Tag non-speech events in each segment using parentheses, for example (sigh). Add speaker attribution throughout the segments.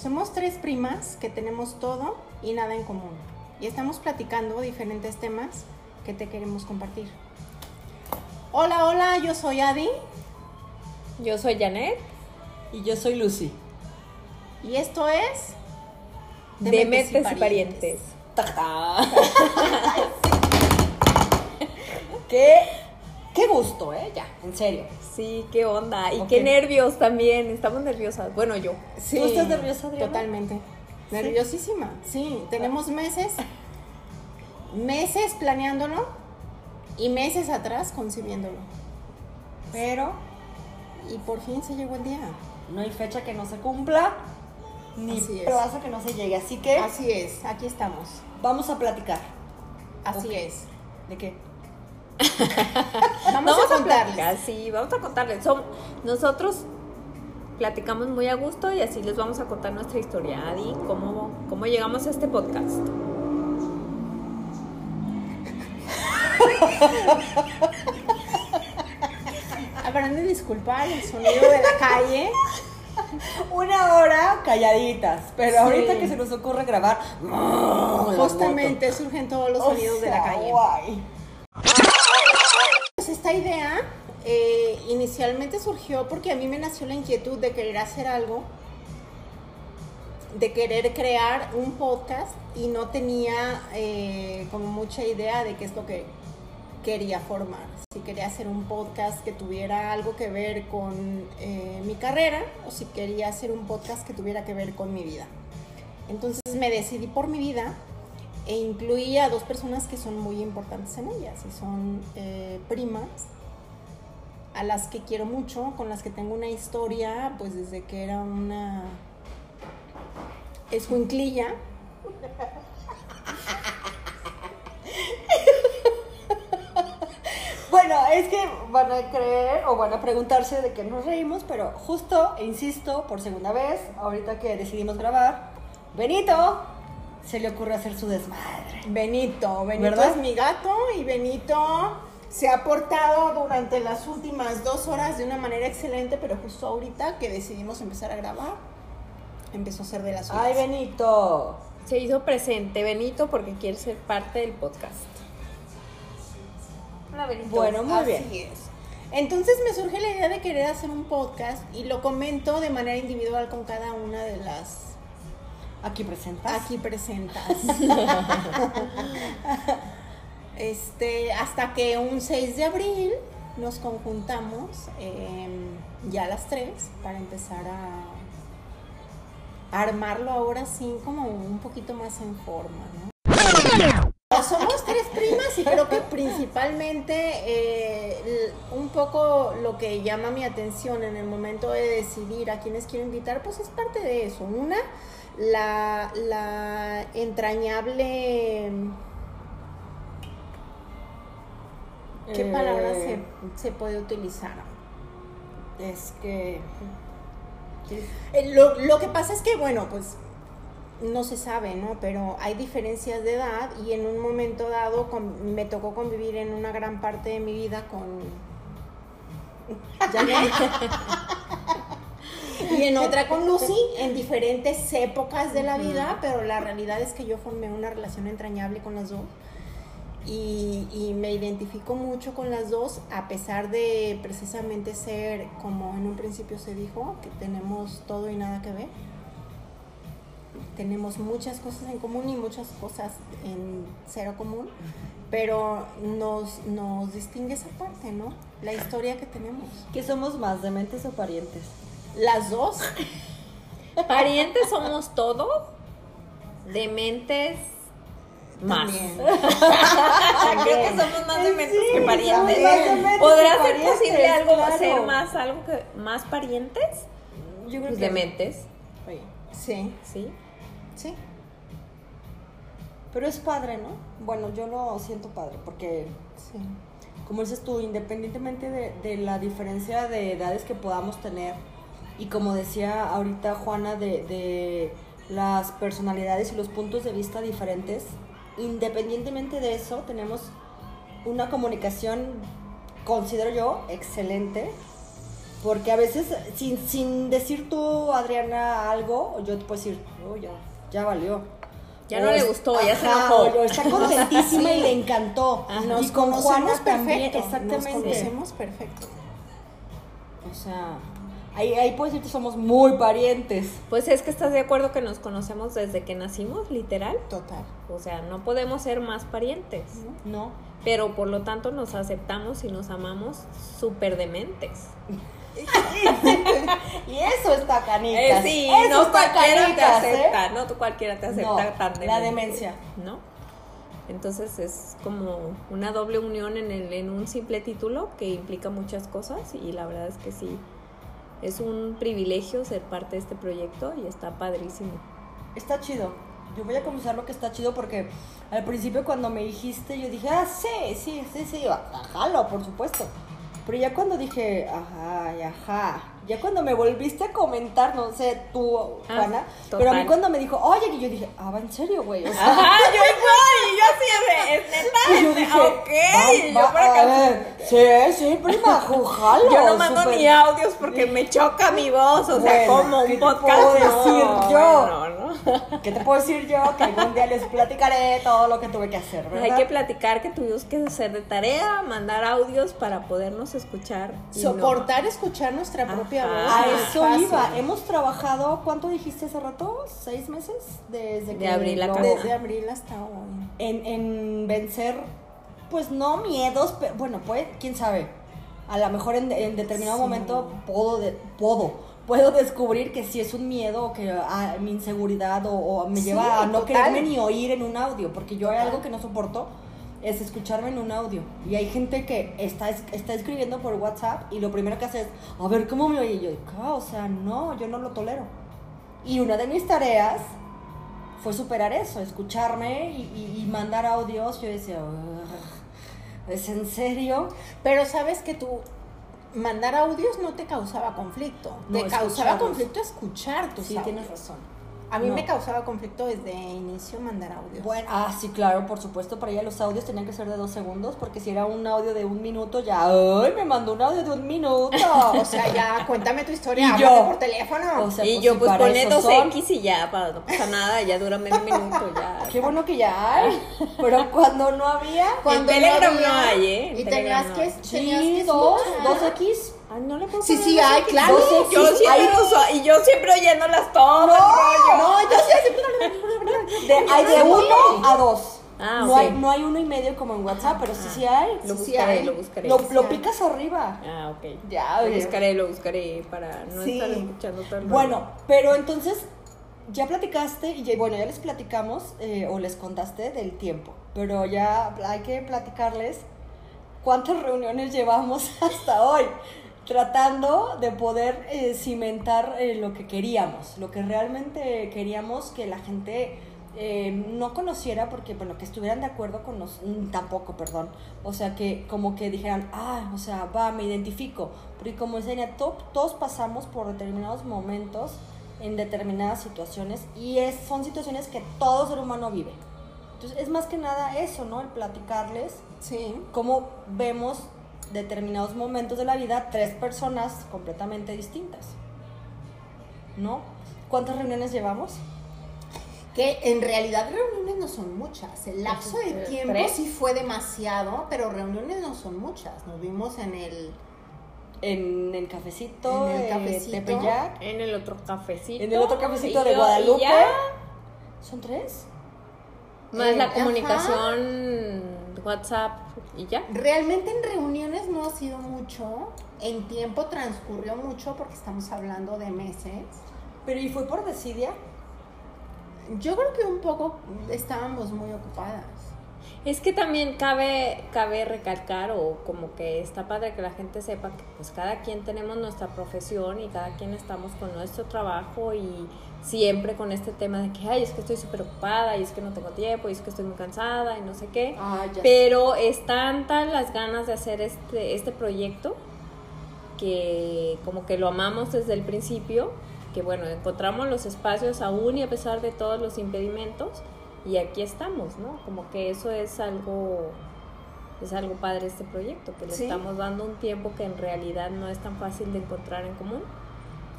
Speaker 1: Somos tres primas que tenemos todo y nada en común y estamos platicando diferentes temas que te queremos compartir. Hola, hola, yo soy Adi
Speaker 2: Yo soy Janet.
Speaker 3: Y yo soy Lucy.
Speaker 1: y esto es
Speaker 2: De Metes y Parientes.
Speaker 3: Qué, qué gusto, ¿eh? Ya, en serio.
Speaker 2: Sí, qué onda. Y
Speaker 3: Ok.
Speaker 2: qué nervios también. Estamos nerviosas. Bueno, yo.
Speaker 3: ¿Tú estás nerviosa, Adriana?
Speaker 1: Totalmente. Nerviosísima. Sí, tenemos meses, meses planeándolo y meses atrás concibiéndolo. Pero, y por fin se llegó el día.
Speaker 3: No hay fecha que no se cumpla, ni
Speaker 1: Así es.
Speaker 3: plaza que no se llegue. Así que
Speaker 1: Así es, aquí estamos.
Speaker 3: vamos a platicar.
Speaker 1: Así
Speaker 3: Ok.
Speaker 1: es.
Speaker 3: ¿De qué?
Speaker 1: Vamos, a contarles.
Speaker 2: platicar, sí, vamos a contarles. Som- nosotros platicamos muy a gusto y así les vamos a contar nuestra historia, Adi, cómo, cómo llegamos a este podcast.
Speaker 1: Habrán de disculpar el sonido de la calle.
Speaker 3: Una hora calladitas, pero
Speaker 1: Sí.
Speaker 3: ahorita que se nos ocurre grabar. ¡oh!
Speaker 1: Justamente surgen todos los
Speaker 3: O
Speaker 1: sonidos de la
Speaker 3: sea,
Speaker 1: calle.
Speaker 3: guay.
Speaker 1: Pues esta idea eh, inicialmente surgió porque a mí me nació la inquietud de querer hacer algo, de querer crear un podcast y no tenía eh, como mucha idea de qué es lo que quería formar. Si quería hacer un podcast que tuviera algo que ver con eh, mi carrera o si quería hacer un podcast que tuviera que ver con mi vida. Entonces me decidí por mi vida e incluía a dos personas que son muy importantes en ellas y son eh, primas a las que quiero mucho, con las que tengo una historia, pues desde que era una escuinclilla.
Speaker 3: Bueno, es que van a creer o van a preguntarse de qué nos reímos, pero justo, e insisto, por segunda vez, ahorita que decidimos grabar, Benito se le ocurre hacer su desmadre.
Speaker 1: Benito, Benito
Speaker 3: ¿Verdad?
Speaker 1: es mi gato y Benito se ha portado durante las últimas dos horas de una manera excelente, pero justo ahorita que decidimos empezar a grabar, empezó a ser de las
Speaker 3: Ay,
Speaker 1: suyas.
Speaker 3: Benito.
Speaker 2: Se hizo presente Benito porque quiere ser parte del podcast. Hola, Benito.
Speaker 3: Bueno, muy
Speaker 1: Así
Speaker 3: bien.
Speaker 1: es. Entonces me surge la idea de querer hacer un podcast y lo comento de manera individual con cada una de las
Speaker 3: Aquí presentas.
Speaker 1: aquí presentas.
Speaker 3: (laughs)
Speaker 1: este, hasta que un 6 de abril nos conjuntamos eh, ya a las 3 para empezar a armarlo ahora sí como un poquito más en forma, ¿no? Pero Somos tres primas y creo que principalmente eh, l- un poco lo que llama mi atención en el momento de decidir a quiénes quiero invitar, pues es parte de eso. Una, la, la entrañable... ¿Qué
Speaker 3: Eh,
Speaker 1: palabra se, se puede utilizar?
Speaker 3: Es que.
Speaker 1: Eh, Lo, lo que pasa es que, bueno, pues no se sabe, ¿no? Pero hay diferencias de edad y en un momento dado con- me tocó convivir en una gran parte de mi vida con Janet. y en otra con Lucy, en diferentes épocas de la vida, pero la realidad es que yo formé una relación entrañable con las dos. Y, y me identifico mucho con las dos, a pesar de precisamente ser, como en un principio se dijo, que tenemos todo y nada que ver. Tenemos muchas cosas en común y muchas cosas en cero común, pero nos, nos distingue esa parte, ¿no? La historia que tenemos.
Speaker 3: ¿Qué somos más, dementes o parientes?
Speaker 1: Las dos,
Speaker 2: (laughs) Parientes somos todo. Dementes más.
Speaker 1: También.
Speaker 2: (laughs) Creo que somos más dementes
Speaker 3: Sí,
Speaker 2: que
Speaker 3: somos más
Speaker 2: parientes.
Speaker 3: dementes que
Speaker 2: ¿Podrá ser
Speaker 3: parientes,
Speaker 2: posible algo
Speaker 3: claro.
Speaker 2: ser más algo que más parientes?
Speaker 3: Yo creo
Speaker 2: Pues
Speaker 3: que.
Speaker 2: dementes,
Speaker 3: Oye,
Speaker 1: sí,
Speaker 2: sí.
Speaker 1: sí.
Speaker 3: Pero es padre, ¿no? Bueno, yo lo siento padre, porque
Speaker 1: Sí.
Speaker 3: como dices tú, independientemente de, de la diferencia de edades que podamos tener, y como decía ahorita Juana, de, de las personalidades y los puntos de vista diferentes, independientemente de eso, tenemos una comunicación, considero yo, excelente Porque a veces, sin, sin decir tú, Adriana, algo, yo te puedo decir, no, ya, ya valió.
Speaker 2: Ya no le
Speaker 3: es-
Speaker 2: gustó, ya se
Speaker 3: ajá,
Speaker 2: enojó. (laughs)
Speaker 3: o está contentísima y le encantó.
Speaker 2: Ajá.
Speaker 1: Nos
Speaker 3: y con Juana
Speaker 1: conocemos
Speaker 3: también,
Speaker 1: perfecto,
Speaker 3: exactamente.
Speaker 1: Nos conocemos perfecto.
Speaker 3: O sea, ahí, ahí puedo decir que somos muy parientes.
Speaker 2: Pues es que estás de acuerdo que nos conocemos desde que nacimos, literal.
Speaker 1: Total.
Speaker 2: O sea, no podemos ser más parientes.
Speaker 3: No. (laughs)
Speaker 2: Pero por lo tanto nos aceptamos y nos amamos súper dementes.
Speaker 3: Y eso está canita.
Speaker 2: Eh, sí,
Speaker 3: eso
Speaker 2: no cualquiera te
Speaker 3: canicas, ¿eh?
Speaker 2: acepta, no tú cualquiera te acepta
Speaker 3: No,
Speaker 2: tan demente,
Speaker 3: la demencia.
Speaker 2: ¿No? Entonces es como una doble unión en, el- en un simple título que implica muchas cosas y la verdad es que sí, es un privilegio ser parte de este proyecto y está padrísimo.
Speaker 3: Está chido. Yo voy a confesar lo que está chido porque al principio cuando me dijiste yo dije, ah, sí, sí, sí, sí, ajalo, por supuesto. Pero ya cuando dije, ajá, y ajá, ya cuando me volviste a comentar, no sé, tú,
Speaker 2: Ah,
Speaker 3: Juana,
Speaker 2: total.
Speaker 3: pero a mí cuando me dijo, oye, y yo dije, ah, va en serio, güey, o sea,
Speaker 2: Ajá, yo igual, y yo así, es (laughs) neta,
Speaker 3: y (laughs) yo dije, "Va, va, a ver, (laughs) sí, sí, prima, ju- jalo.
Speaker 2: Yo no mando
Speaker 3: súper".
Speaker 2: ni audios porque me choca mi voz, o sea,
Speaker 3: Bueno,
Speaker 2: como
Speaker 3: ¿qué
Speaker 2: un
Speaker 3: te
Speaker 2: podcast.
Speaker 3: puedo
Speaker 2: no,
Speaker 3: decir yo?
Speaker 2: bueno, no. (laughs)
Speaker 3: ¿Qué te puedo decir yo? Que algún día les platicaré todo lo que tuve que hacer, ¿verdad?
Speaker 2: Hay que platicar que tuvimos que hacer de tarea, mandar audios para podernos escuchar. y no.
Speaker 1: Soportar escuchar nuestra propia
Speaker 2: Ajá.
Speaker 1: voz.
Speaker 3: A
Speaker 1: no es
Speaker 3: eso
Speaker 1: Ah, fácil.
Speaker 3: iba. Hemos trabajado, ¿cuánto dijiste hace rato? ¿Seis meses? Desde
Speaker 2: De
Speaker 3: que
Speaker 2: abril
Speaker 3: lo-
Speaker 2: acá.
Speaker 1: Desde abril hasta hoy.
Speaker 3: En, en vencer, pues no miedos, pero bueno, pues, quién sabe. A lo mejor en, en determinado
Speaker 1: Sí.
Speaker 3: momento puedo, de- puedo, puedo descubrir que si es un miedo o que ah, mi inseguridad o, o me
Speaker 1: Sí,
Speaker 3: lleva a no
Speaker 1: total.
Speaker 3: quererme ni oír en un audio, porque yo hay algo que no soporto es escucharme en un audio. Y hay gente que está, es- está escribiendo por WhatsApp y lo primero que hace es, a ver, ¿cómo me oye? Y yo, "Ah, o sea, no, yo no lo tolero. Y una de mis tareas fue superar eso, escucharme y, y- y mandar audios. Yo decía, "Ugh, ¿es en serio?
Speaker 1: Pero sabes que tú mandar audios no te causaba conflicto.
Speaker 3: No,
Speaker 1: te causaba
Speaker 3: escucharlos.
Speaker 1: conflicto escuchar tus audios.
Speaker 3: razón.
Speaker 1: A mí
Speaker 3: No.
Speaker 1: me causaba conflicto desde inicio mandar audios.
Speaker 3: Bueno, ah, sí, claro, por supuesto, para ella los audios tenían que ser de dos segundos, porque si era un audio de un minuto, ya, ¡ay, me mandó un audio de un minuto!
Speaker 1: O sea, ya cuéntame tu historia.
Speaker 3: (laughs) Y yo.
Speaker 1: háblame por teléfono.
Speaker 3: O sea,
Speaker 2: y
Speaker 3: pues,
Speaker 2: yo
Speaker 3: si
Speaker 2: pues
Speaker 3: para
Speaker 2: pone
Speaker 3: eso son.
Speaker 2: 2X y ya, para, no pasa nada, ya dura menos minuto, ya.
Speaker 3: Qué bueno que ya hay, pero cuando no había,
Speaker 1: Cuando
Speaker 2: en Telegram
Speaker 1: había-
Speaker 2: no hay, ¿eh? En
Speaker 1: Y
Speaker 2: Telegram
Speaker 1: tenías
Speaker 2: no
Speaker 1: que,
Speaker 2: hay.
Speaker 1: tenías
Speaker 3: sí,
Speaker 1: que
Speaker 3: dos,
Speaker 1: escuchar.
Speaker 3: dos X,
Speaker 2: Ay, no le puedo
Speaker 1: Sí,
Speaker 2: poner
Speaker 1: sí,
Speaker 2: más
Speaker 1: hay,
Speaker 2: aquí.
Speaker 1: claro.
Speaker 2: Yo
Speaker 1: Sí,
Speaker 2: siempre
Speaker 1: hay.
Speaker 2: uso- y yo siempre oyéndolas todas.
Speaker 1: No, yo sí así,
Speaker 3: de, hay de uno a dos.
Speaker 2: Ah,
Speaker 3: no,
Speaker 2: ok.
Speaker 3: hay, no hay uno y medio como en WhatsApp, pero sí, sí hay.
Speaker 2: Lo
Speaker 1: Sí, sí
Speaker 2: buscaré,
Speaker 1: hay.
Speaker 2: lo buscaré.
Speaker 3: Lo,
Speaker 1: sí
Speaker 3: lo
Speaker 1: hay.
Speaker 3: picas arriba.
Speaker 2: Ah, ok.
Speaker 1: Ya,
Speaker 2: Lo
Speaker 1: oye.
Speaker 2: buscaré, lo buscaré para no
Speaker 1: Sí.
Speaker 2: estar escuchando todo el rato.
Speaker 3: Bueno, pero entonces ya platicaste y ya- bueno, ya les platicamos eh, o les contaste del tiempo, pero ya hay que platicarles cuántas reuniones llevamos (laughs) hasta hoy tratando de poder eh, cimentar eh, lo que queríamos, lo que realmente queríamos que la gente eh, no conociera, porque bueno, que estuvieran de acuerdo con nosotros, tampoco, perdón, o sea, que como que dijeran, ah, o sea, va, me identifico, porque como decía, Nia, to- todos pasamos por determinados momentos en determinadas situaciones y es, son situaciones que todo ser humano vive. Entonces, es más que nada eso, ¿no? El platicarles
Speaker 1: Sí.
Speaker 3: cómo vemos determinados momentos de la vida tres personas completamente distintas. ¿No? ¿Cuántas reuniones llevamos?
Speaker 1: Que en realidad reuniones no son muchas. El lapso de
Speaker 2: Tres.
Speaker 1: tiempo sí fue demasiado, pero reuniones no son muchas. Nos vimos en el.
Speaker 3: En el cafecito, eh,
Speaker 1: En el
Speaker 3: de
Speaker 1: cafecito.
Speaker 3: Tepeyac,
Speaker 2: En el otro cafecito.
Speaker 3: en el otro cafecito
Speaker 2: Y
Speaker 3: de
Speaker 2: yo- y
Speaker 3: Guadalupe.
Speaker 2: ya.
Speaker 3: ¿Son tres?
Speaker 2: Más
Speaker 1: Eh,
Speaker 2: la
Speaker 1: ajá.
Speaker 2: comunicación, WhatsApp y ya.
Speaker 1: Realmente en reuniones no ha sido mucho. En tiempo transcurrió mucho porque estamos hablando de meses.
Speaker 3: Pero ¿y fue por desidia?
Speaker 1: Yo creo que un poco estábamos muy ocupadas.
Speaker 2: Es que también cabe, cabe recalcar o como que está padre que la gente sepa que pues cada quien tenemos nuestra profesión y cada quien estamos con nuestro trabajo y siempre con este tema de que, ay, es que estoy súper ocupada y es que no tengo tiempo y es que estoy muy cansada y no sé qué.
Speaker 3: Ah, ya.
Speaker 2: Pero están tan las ganas de hacer este, este proyecto que como que lo amamos desde el principio, que bueno, encontramos los espacios aún y a pesar de todos los impedimentos y aquí estamos, ¿no? Como que eso es algo es algo padre este proyecto, que le
Speaker 1: Sí.
Speaker 2: estamos dando un tiempo que en realidad no es tan fácil de encontrar en común.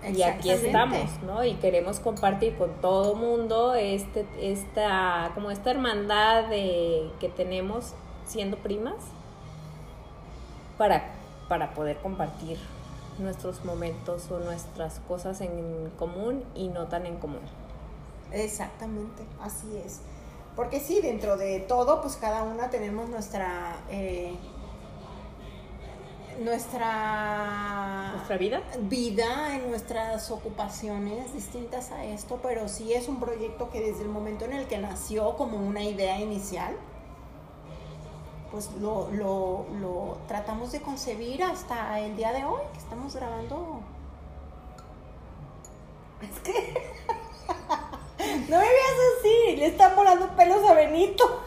Speaker 2: Y aquí
Speaker 1: Exactamente.
Speaker 2: estamos, ¿no? Y queremos compartir con todo mundo este, esta, como esta hermandad de, que tenemos siendo primas para, para poder compartir nuestros momentos o nuestras cosas en común y no tan en común.
Speaker 1: Exactamente, así es. Porque sí, dentro de todo, pues cada una tenemos nuestra... eh, nuestra...
Speaker 2: ¿Nuestra vida?
Speaker 1: vida en nuestras ocupaciones distintas a esto, pero sí es un proyecto que desde el momento en el que nació como una idea inicial, pues lo, lo- lo tratamos de concebir hasta el día de hoy que estamos grabando.
Speaker 3: (laughs) No me veas así, le están volando pelos a Benito.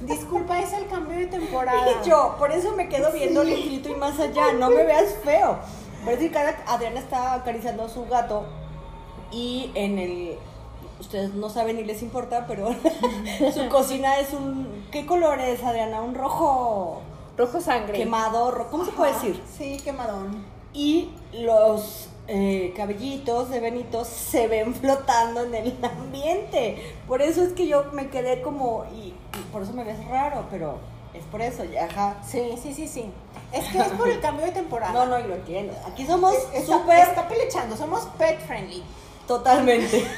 Speaker 1: Disculpa, es el cambio de temporada.
Speaker 3: Y (laughs) yo, por eso me quedo viendo el infinito y más allá, no me veas feo. Por eso que ahora Adriana está acariciando a su gato y en el... Ustedes no saben ni les importa, pero (laughs) su cocina es un... ¿Qué color es, Adriana? Un rojo
Speaker 2: Rojo sangre.
Speaker 3: quemado, ro- ¿cómo se puede
Speaker 1: Ajá,
Speaker 3: decir?
Speaker 1: Sí, quemadón.
Speaker 3: Y los eh, cabellitos de Benito se ven (laughs) flotando en el ambiente. Por eso es que yo me quedé como... Y, y por eso me ves raro, pero es por eso, ya, ajá.
Speaker 1: Sí, sí, sí, sí. Es que es por el cambio de temporada.
Speaker 3: No, no, y lo entiendo. Aquí somos
Speaker 1: Está,
Speaker 3: súper
Speaker 1: está pelechando, somos pet friendly.
Speaker 3: totalmente. (laughs)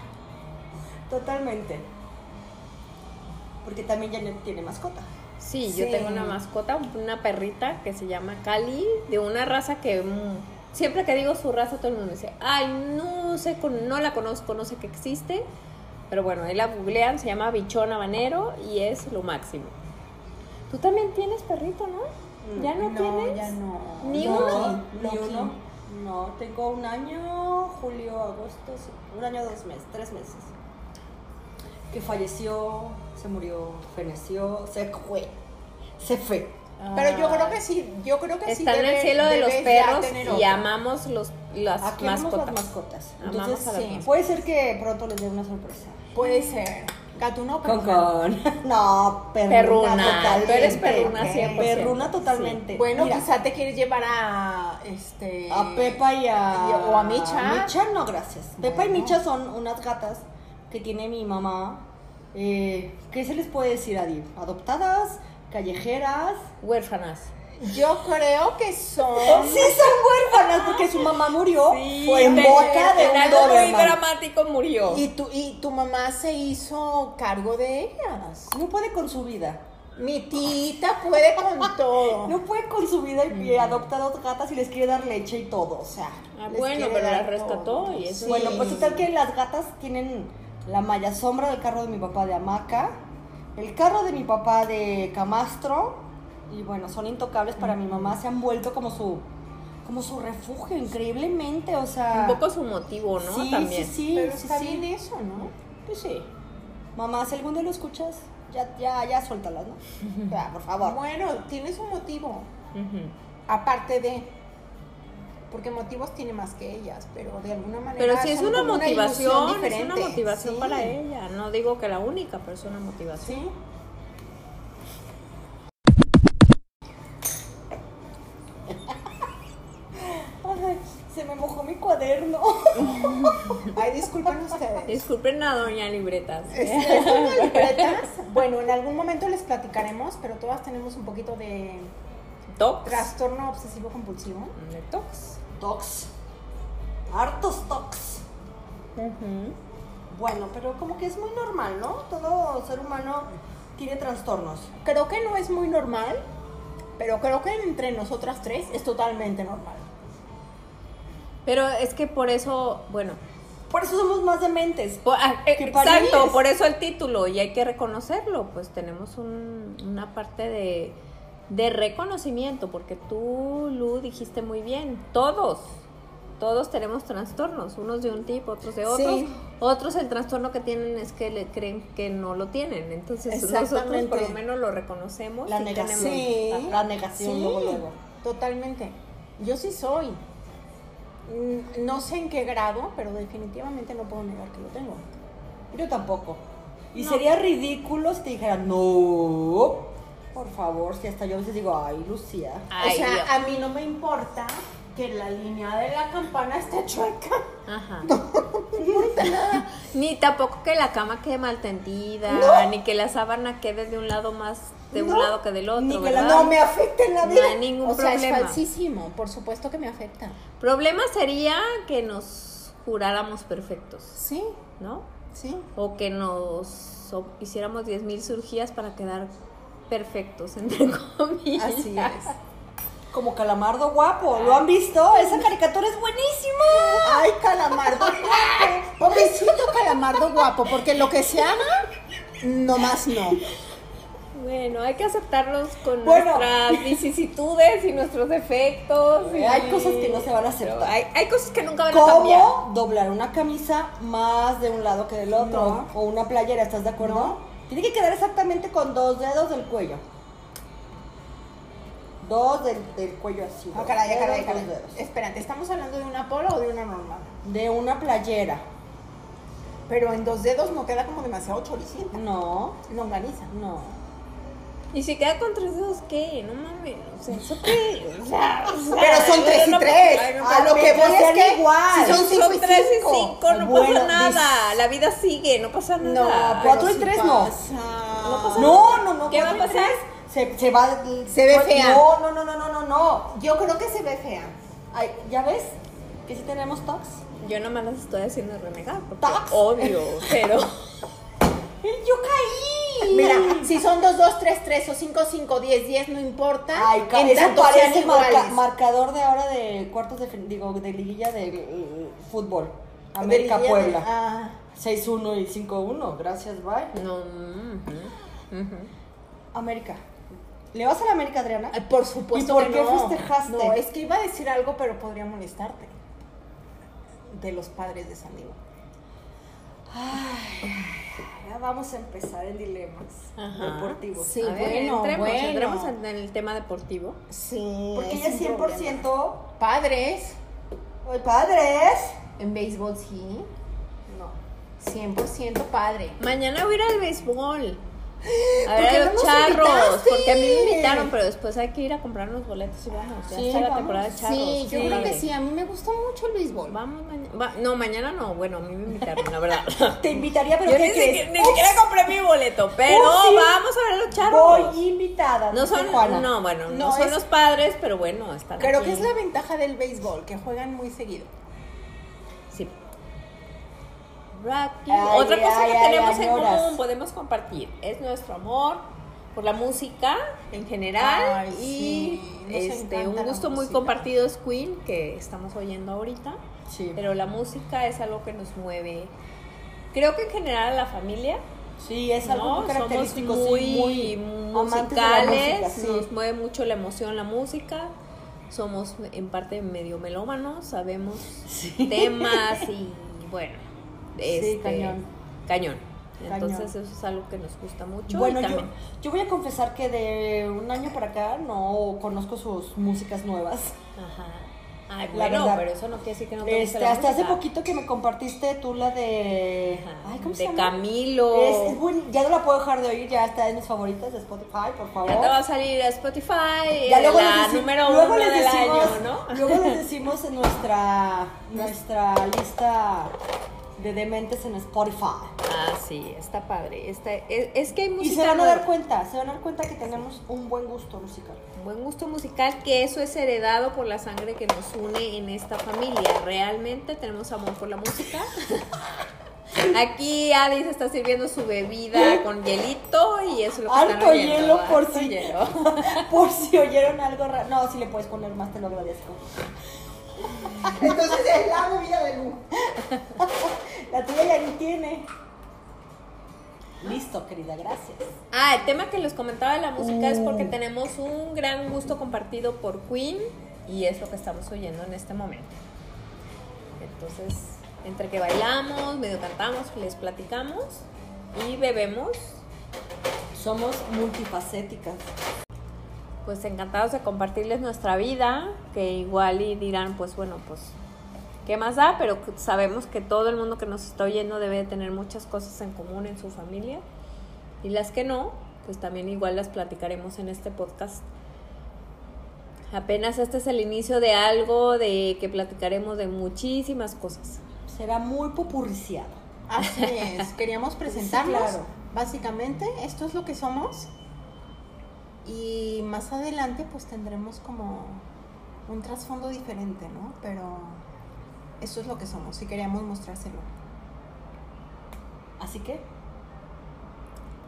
Speaker 2: (laughs)
Speaker 3: totalmente. Porque también Janet tiene mascota.
Speaker 2: Sí, yo
Speaker 1: Sí.
Speaker 2: tengo una mascota, una perrita que se llama Cali, de una raza que mm, siempre que digo su raza todo el mundo dice, ay, no sé, con- no la conozco, no sé que existe, pero bueno, ahí la googlean, se llama Bichón Habanero y es lo máximo. Tú también tienes perrito, ¿no?
Speaker 3: Mm,
Speaker 2: ¿Ya no, tienes?
Speaker 1: ya no.
Speaker 2: Ni
Speaker 1: No,
Speaker 2: uno.
Speaker 1: no,
Speaker 3: Ni uno.
Speaker 1: sí.
Speaker 3: No, tengo un año, julio, agosto, sí, un año, dos meses, tres meses. Que falleció, se murió, feneció, se fue. Se fue.
Speaker 1: Pero yo creo que sí, yo creo que sí.
Speaker 2: Ah. Está en el
Speaker 1: debe-
Speaker 2: cielo de los
Speaker 1: debes ya
Speaker 2: perros
Speaker 1: tener
Speaker 2: y
Speaker 1: otro.
Speaker 2: amamos los, las
Speaker 3: Aquí amamos
Speaker 2: mascotas.
Speaker 3: las mascotas.
Speaker 2: Amamos
Speaker 3: Entonces,
Speaker 2: a las
Speaker 1: sí.
Speaker 2: mascotas.
Speaker 3: puede ser que pronto les dé una sorpresa.
Speaker 1: Puede ser. Gatuno, pero
Speaker 3: Con con. (laughs) No, perruna.
Speaker 2: Perruna. Tú eres perruna
Speaker 1: ok.
Speaker 2: 100%.
Speaker 3: Perruna
Speaker 2: Sí.
Speaker 3: totalmente.
Speaker 1: Bueno,
Speaker 3: Mira,
Speaker 1: quizá te quieres llevar a este
Speaker 3: a Pepa y a.
Speaker 1: y- o a Micha.
Speaker 3: Micha no, gracias. Pepa y
Speaker 1: Bueno.
Speaker 3: Micha son unas gatas que tiene mi mamá. Eh, ¿Qué se les puede decir, Adi? Adoptadas, callejeras.
Speaker 2: Huérfanas.
Speaker 1: Yo creo que
Speaker 2: (laughs)
Speaker 1: son
Speaker 3: Sí, son huérfanas porque su mamá murió. fue en
Speaker 2: te-
Speaker 3: boca de
Speaker 2: en
Speaker 3: un
Speaker 2: algo muy
Speaker 3: Doberman.
Speaker 2: dramático murió.
Speaker 1: y tu y tu mamá se hizo cargo de ellas.
Speaker 3: No puede con su vida.
Speaker 1: Mi tita puede
Speaker 2: (laughs)
Speaker 1: con todo.
Speaker 3: No puede con su vida y, y adopta dos gatas y les quiere dar leche y todo. O sea.
Speaker 2: Ah,
Speaker 1: les
Speaker 2: bueno,
Speaker 1: quiere
Speaker 2: pero
Speaker 1: dar
Speaker 2: la rescató
Speaker 1: todo.
Speaker 2: y eso
Speaker 1: Sí.
Speaker 3: Bueno, pues total que las gatas tienen la malla sombra del carro de mi papá de hamaca, el carro de mi papá de camastro, y bueno, son intocables para mi mamá, se han vuelto como su, como su refugio, increíblemente, o sea...
Speaker 2: un poco su motivo, ¿no?
Speaker 3: Ah. sí,
Speaker 2: También.
Speaker 3: sí, sí,
Speaker 1: Pero
Speaker 3: sí,
Speaker 1: está
Speaker 3: sí.
Speaker 1: bien eso, ¿no?
Speaker 3: Pues sí. Mamá, si algún día lo escuchas, ya, ya, ya suéltalas, ¿no? Ya, por favor.
Speaker 1: Bueno, tiene su motivo.
Speaker 2: Ujú.
Speaker 1: Aparte de porque motivos tiene más que ellas, pero de alguna manera
Speaker 2: Pero sí es
Speaker 1: son
Speaker 2: una
Speaker 1: como
Speaker 2: motivación,
Speaker 1: ilusión
Speaker 2: es una
Speaker 1: diferente.
Speaker 2: motivación
Speaker 1: Sí.
Speaker 2: para ella. No digo que la única, pero es una motivación.
Speaker 1: Sí.
Speaker 3: Ay, se me mojó mi cuaderno.
Speaker 1: Ay, disculpen ustedes.
Speaker 2: (laughs) Disculpen a doña libretas.
Speaker 1: (laughs) Este, es como libretas. Bueno, en algún momento les platicaremos, pero todas tenemos un poquito de
Speaker 2: Tox.
Speaker 1: trastorno obsesivo compulsivo.
Speaker 2: De tox.
Speaker 3: Tox. Hartos tox. Bueno, pero como que es muy normal, ¿no? Todo ser humano tiene trastornos.
Speaker 1: Creo que no es muy normal, pero creo que entre nosotras tres es totalmente normal.
Speaker 2: Pero es que por eso, bueno,
Speaker 3: Por eso somos más dementes.
Speaker 2: por- ah, eh,
Speaker 3: Que para mí
Speaker 2: exacto,
Speaker 3: es-
Speaker 2: por eso el título y hay que reconocerlo. Pues tenemos un- una parte de, de reconocimiento, porque tú, Lu, dijiste muy bien, todos. Todos tenemos trastornos, unos de un tipo, otros de otros.
Speaker 1: Sí.
Speaker 2: Otros el trastorno que tienen es que le creen que no lo tienen. Entonces nosotros
Speaker 1: Exactamente.
Speaker 2: por lo menos lo reconocemos.
Speaker 3: La
Speaker 2: y
Speaker 3: negación.
Speaker 2: tenemos-
Speaker 1: Sí.
Speaker 3: La, la negación,
Speaker 1: Sí,
Speaker 3: luego, luego.
Speaker 1: totalmente. Yo sí soy. Mm, No sé en qué grado, pero definitivamente no puedo negar que lo tengo.
Speaker 3: Yo tampoco. Y sería ridículo si te dijeran, no, por favor, si hasta yo a veces digo, ay, Lucía.
Speaker 2: Ay,
Speaker 1: o sea,
Speaker 2: Dios.
Speaker 1: a mí no me importa que la línea de la campana esté chueca.
Speaker 3: (laughs)
Speaker 2: Ajá. ni tampoco que la cama quede mal tendida, ni que la sábana quede de un lado más, de un
Speaker 3: No,
Speaker 2: lado que del otro.
Speaker 3: Ni que la-
Speaker 2: ¿verdad?
Speaker 3: no me afecte en la
Speaker 2: No
Speaker 3: vida.
Speaker 2: hay ningún
Speaker 1: o sea, es
Speaker 2: problema.
Speaker 1: falsísimo, por supuesto que me afecta.
Speaker 2: problema sería que nos juráramos perfectos,
Speaker 1: Sí,
Speaker 2: ¿no?
Speaker 1: sí.
Speaker 2: O que nos o- hiciéramos 10.000 cirugías para quedar perfectos, (laughs) entre comillas.
Speaker 1: Así es.
Speaker 3: Como calamardo guapo, ¿lo han visto? Esa caricatura es buenísima.
Speaker 1: Ay, calamardo guapo. Pobrecito calamardo guapo, porque lo que se ama, nomás no.
Speaker 2: Bueno, hay que aceptarlos con
Speaker 3: Bueno. (laughs)
Speaker 2: nuestras vicisitudes y nuestros defectos. y-
Speaker 3: Hay cosas que no se van a aceptar.
Speaker 2: Hay, hay cosas que nunca van a cambiar.
Speaker 3: ¿Cómo doblar una camisa más de un lado que del otro? O una playera, ¿estás de acuerdo? Tiene que quedar exactamente con dos dedos del cuello. Dos del, del cuello así.
Speaker 1: No,
Speaker 3: dos
Speaker 1: Ah, caray,
Speaker 3: dedos,
Speaker 1: caray,
Speaker 3: dos
Speaker 1: caray.
Speaker 3: dedos.
Speaker 1: Espérate, ¿estamos hablando de una polo o de una normal?
Speaker 3: De una playera.
Speaker 1: Pero en dos dedos no queda como demasiado choricienta.
Speaker 3: No,
Speaker 1: No organiza.
Speaker 3: no.
Speaker 2: Y si queda con tres dedos, ¿qué? No mames. O sea, ¿eso qué? O sea, o sea,
Speaker 1: Pero son tres y
Speaker 2: no,
Speaker 1: tres.
Speaker 2: ay, no,
Speaker 1: a lo
Speaker 3: pero
Speaker 1: que
Speaker 3: que
Speaker 1: voy es
Speaker 3: sean
Speaker 1: que
Speaker 3: igual.
Speaker 1: si son cinco
Speaker 2: son
Speaker 1: y
Speaker 2: tres y
Speaker 1: cinco.
Speaker 2: cinco, no
Speaker 3: Bueno,
Speaker 2: pasa nada. La vida sigue, no pasa
Speaker 1: No,
Speaker 2: nada.
Speaker 1: pero
Speaker 3: Cuatro y
Speaker 1: sí
Speaker 3: tres no.
Speaker 1: pasa.
Speaker 2: No pasa
Speaker 3: No, no, no.
Speaker 2: ¿Qué va a
Speaker 3: cuatro y
Speaker 2: pasar?
Speaker 3: tres, Se, se va.
Speaker 1: Se ve fea.
Speaker 3: No, no, no, no, no, no, no.
Speaker 1: Yo creo que se ve fea.
Speaker 3: Ay, ¿Ya ves? Que sí tenemos tox.
Speaker 2: Yo nomás las estoy haciendo renegar. Porque
Speaker 1: (laughs)
Speaker 3: Tax.
Speaker 2: obvio, pero.
Speaker 3: Yo caí.
Speaker 1: Mira, si son dos, dos, tres, tres o cinco, cinco, diez, diez, no importa.
Speaker 3: Ay, ca-
Speaker 1: en
Speaker 3: eso
Speaker 1: tanto sean
Speaker 3: parece marca-
Speaker 1: iguales.
Speaker 3: marcador de ahora de cuartos de fin- digo de liguilla de eh, fútbol.
Speaker 1: De
Speaker 3: América
Speaker 1: línea de-
Speaker 3: Puebla.
Speaker 1: Ah,
Speaker 3: 6-1 y 5-1. Gracias, bye.
Speaker 2: No. mm. ujú, ujú.
Speaker 3: América. ¿Le vas a la América, Adriana?
Speaker 1: ay, por supuesto
Speaker 3: ¿Y por
Speaker 1: que
Speaker 3: qué
Speaker 1: no.
Speaker 3: festejaste?
Speaker 1: No, es que iba a decir algo, pero podría molestarte. De los padres de San Diego.
Speaker 3: Ya vamos a empezar en dilemas
Speaker 2: Ajá.
Speaker 3: deportivos.
Speaker 1: Sí,
Speaker 2: A ver,
Speaker 1: bueno,
Speaker 2: entremos,
Speaker 1: bueno.
Speaker 2: entremos en el tema deportivo.
Speaker 1: Sí.
Speaker 3: Porque
Speaker 1: es
Speaker 3: ella es
Speaker 1: un
Speaker 3: 100%
Speaker 1: problema. Padres.
Speaker 3: ¡Ay, padres!
Speaker 1: En béisbol sí.
Speaker 3: No.
Speaker 1: 100% padre.
Speaker 2: Mañana voy a ir al béisbol. A
Speaker 1: ¿Por qué
Speaker 2: ver, a
Speaker 1: no
Speaker 2: los
Speaker 1: nos
Speaker 2: charros.
Speaker 1: invitaste?
Speaker 2: Porque a mí me invitaron, pero después hay que ir a comprar unos boletos y vamos. Ya
Speaker 3: Sí,
Speaker 2: está la
Speaker 3: vamos.
Speaker 2: temporada de charros.
Speaker 1: Sí, yo
Speaker 2: Sí.
Speaker 1: creo que sí. A mí me gusta mucho el béisbol.
Speaker 2: Vamos mañana. no, mañana no. Bueno, a mí me invitaron, la verdad.
Speaker 3: Te invitaría, pero
Speaker 2: yo
Speaker 3: ¿qué
Speaker 2: ni,
Speaker 3: crees?
Speaker 2: siquiera, ni siquiera compré mi boleto, pero
Speaker 3: Ups, sí.
Speaker 2: vamos a ver los charros.
Speaker 3: Voy invitada.
Speaker 2: no
Speaker 3: dice
Speaker 2: son,
Speaker 3: Juana.
Speaker 2: no, bueno, no,
Speaker 1: No,
Speaker 2: son
Speaker 1: es-
Speaker 2: los padres, pero bueno, están
Speaker 1: Creo
Speaker 2: aquí.
Speaker 1: que es la ventaja del béisbol, que juegan muy seguido.
Speaker 2: Sí. Rocky.
Speaker 3: Ay,
Speaker 2: Otra cosa
Speaker 3: ay,
Speaker 2: que
Speaker 3: ay,
Speaker 2: tenemos en
Speaker 3: añoras.
Speaker 2: común, podemos compartir, es nuestro amor por la música en general
Speaker 1: Ay,
Speaker 2: y
Speaker 1: sí, nos
Speaker 2: este
Speaker 1: encanta
Speaker 2: un
Speaker 1: la
Speaker 2: gusto muy
Speaker 1: música.
Speaker 2: compartido es Queen que estamos oyendo ahorita,
Speaker 3: Sí.
Speaker 2: pero la música es algo que nos mueve. Creo que en general a la familia,
Speaker 3: Sí, es algo
Speaker 2: ¿no?
Speaker 3: muy
Speaker 2: Somos
Speaker 3: característico.
Speaker 2: muy,
Speaker 3: sí, muy amantes de la
Speaker 2: musicales,
Speaker 3: música, sí.
Speaker 2: nos mueve mucho la emoción la música. Somos en parte medio melómanos, sabemos
Speaker 3: (laughs)
Speaker 2: temas y bueno, este,
Speaker 3: cañón.
Speaker 2: cañón.
Speaker 3: Cañón.
Speaker 2: Entonces eso es algo que nos gusta mucho. y
Speaker 3: Bueno, yo,
Speaker 2: también-
Speaker 3: yo voy a confesar que de un año para acá no conozco sus músicas nuevas.
Speaker 2: Ajá. Ay,
Speaker 3: La
Speaker 2: bueno,
Speaker 3: verdad.
Speaker 2: pero eso no quiere decir que no te guste
Speaker 3: Este,
Speaker 2: la
Speaker 3: hasta hace
Speaker 2: música.
Speaker 3: poquito que me compartiste tú la de.
Speaker 2: Ajá,
Speaker 3: Ay, ¿cómo
Speaker 2: de
Speaker 3: se llama? Este,
Speaker 2: Camilo.
Speaker 3: Es, es buen- ya no la puedo dejar de oír, ya está en mis favoritas de Spotify, por favor.
Speaker 2: Ya te va a salir a Spotify,
Speaker 3: Ya
Speaker 2: eh,
Speaker 3: luego
Speaker 2: la
Speaker 3: les deci-
Speaker 2: número
Speaker 3: luego
Speaker 2: uno
Speaker 3: les
Speaker 2: del
Speaker 3: decimos,
Speaker 2: año, ¿no?
Speaker 3: Luego les decimos en nuestra, nuestra lista de dementes en Spotify.
Speaker 2: (laughs) Ah, sí, está padre. Está, es, es que hay
Speaker 3: Y
Speaker 2: música
Speaker 3: se van a dar
Speaker 2: nueva.
Speaker 3: cuenta, se van a dar cuenta que tenemos un buen gusto musical. (laughs)
Speaker 2: buen gusto musical, que eso es heredado por la sangre que nos une en esta familia. Realmente tenemos amor por la
Speaker 3: (laughs)
Speaker 2: música. Aquí Adi se está sirviendo su bebida con hielito y eso es lo que están
Speaker 3: Alto
Speaker 2: oyendo,
Speaker 3: hielo
Speaker 2: alto
Speaker 3: por si
Speaker 2: hielo.
Speaker 3: por si oyeron algo raro. No, si le puedes poner más, te lo agradezco.
Speaker 1: Entonces es la bebida de luz.
Speaker 3: La tuya ya ni tiene. Listo, querida, gracias.
Speaker 2: Ah, el tema que les comentaba de la música es porque tenemos un gran gusto compartido por Queen y es lo que estamos oyendo en este momento. Entonces, entre que bailamos, medio cantamos, les platicamos y bebemos,
Speaker 3: Somos multifacéticas.
Speaker 2: pues encantados de compartirles nuestra vida, que igual y dirán, pues bueno, pues, qué más da, pero sabemos que todo el mundo que nos está oyendo debe de tener muchas cosas en común en su familia y las que no, pues también igual las platicaremos en este podcast. Apenas este es el inicio de algo de que platicaremos de muchísimas cosas.
Speaker 3: Será muy popurriciado.
Speaker 1: Así es, queríamos presentarlos.
Speaker 3: claro.
Speaker 1: Básicamente, esto es lo que somos. Y más adelante, pues tendremos como un trasfondo diferente, ¿no? Pero esto es lo que somos y queríamos mostrárselo.
Speaker 3: Así que,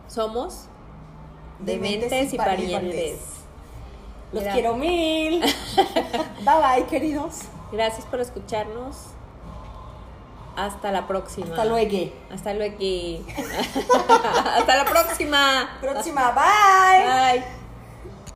Speaker 2: Somos
Speaker 1: Dementes
Speaker 2: dementes y
Speaker 1: y parientes.
Speaker 2: parientes.
Speaker 3: los
Speaker 2: Mira.
Speaker 3: quiero (laughs) mil.
Speaker 1: Bye bye, queridos.
Speaker 2: Gracias por escucharnos. Hasta la próxima.
Speaker 3: Hasta luego.
Speaker 2: (laughs) Hasta luego. Hasta la próxima.
Speaker 1: Próxima, bye.
Speaker 2: Bye.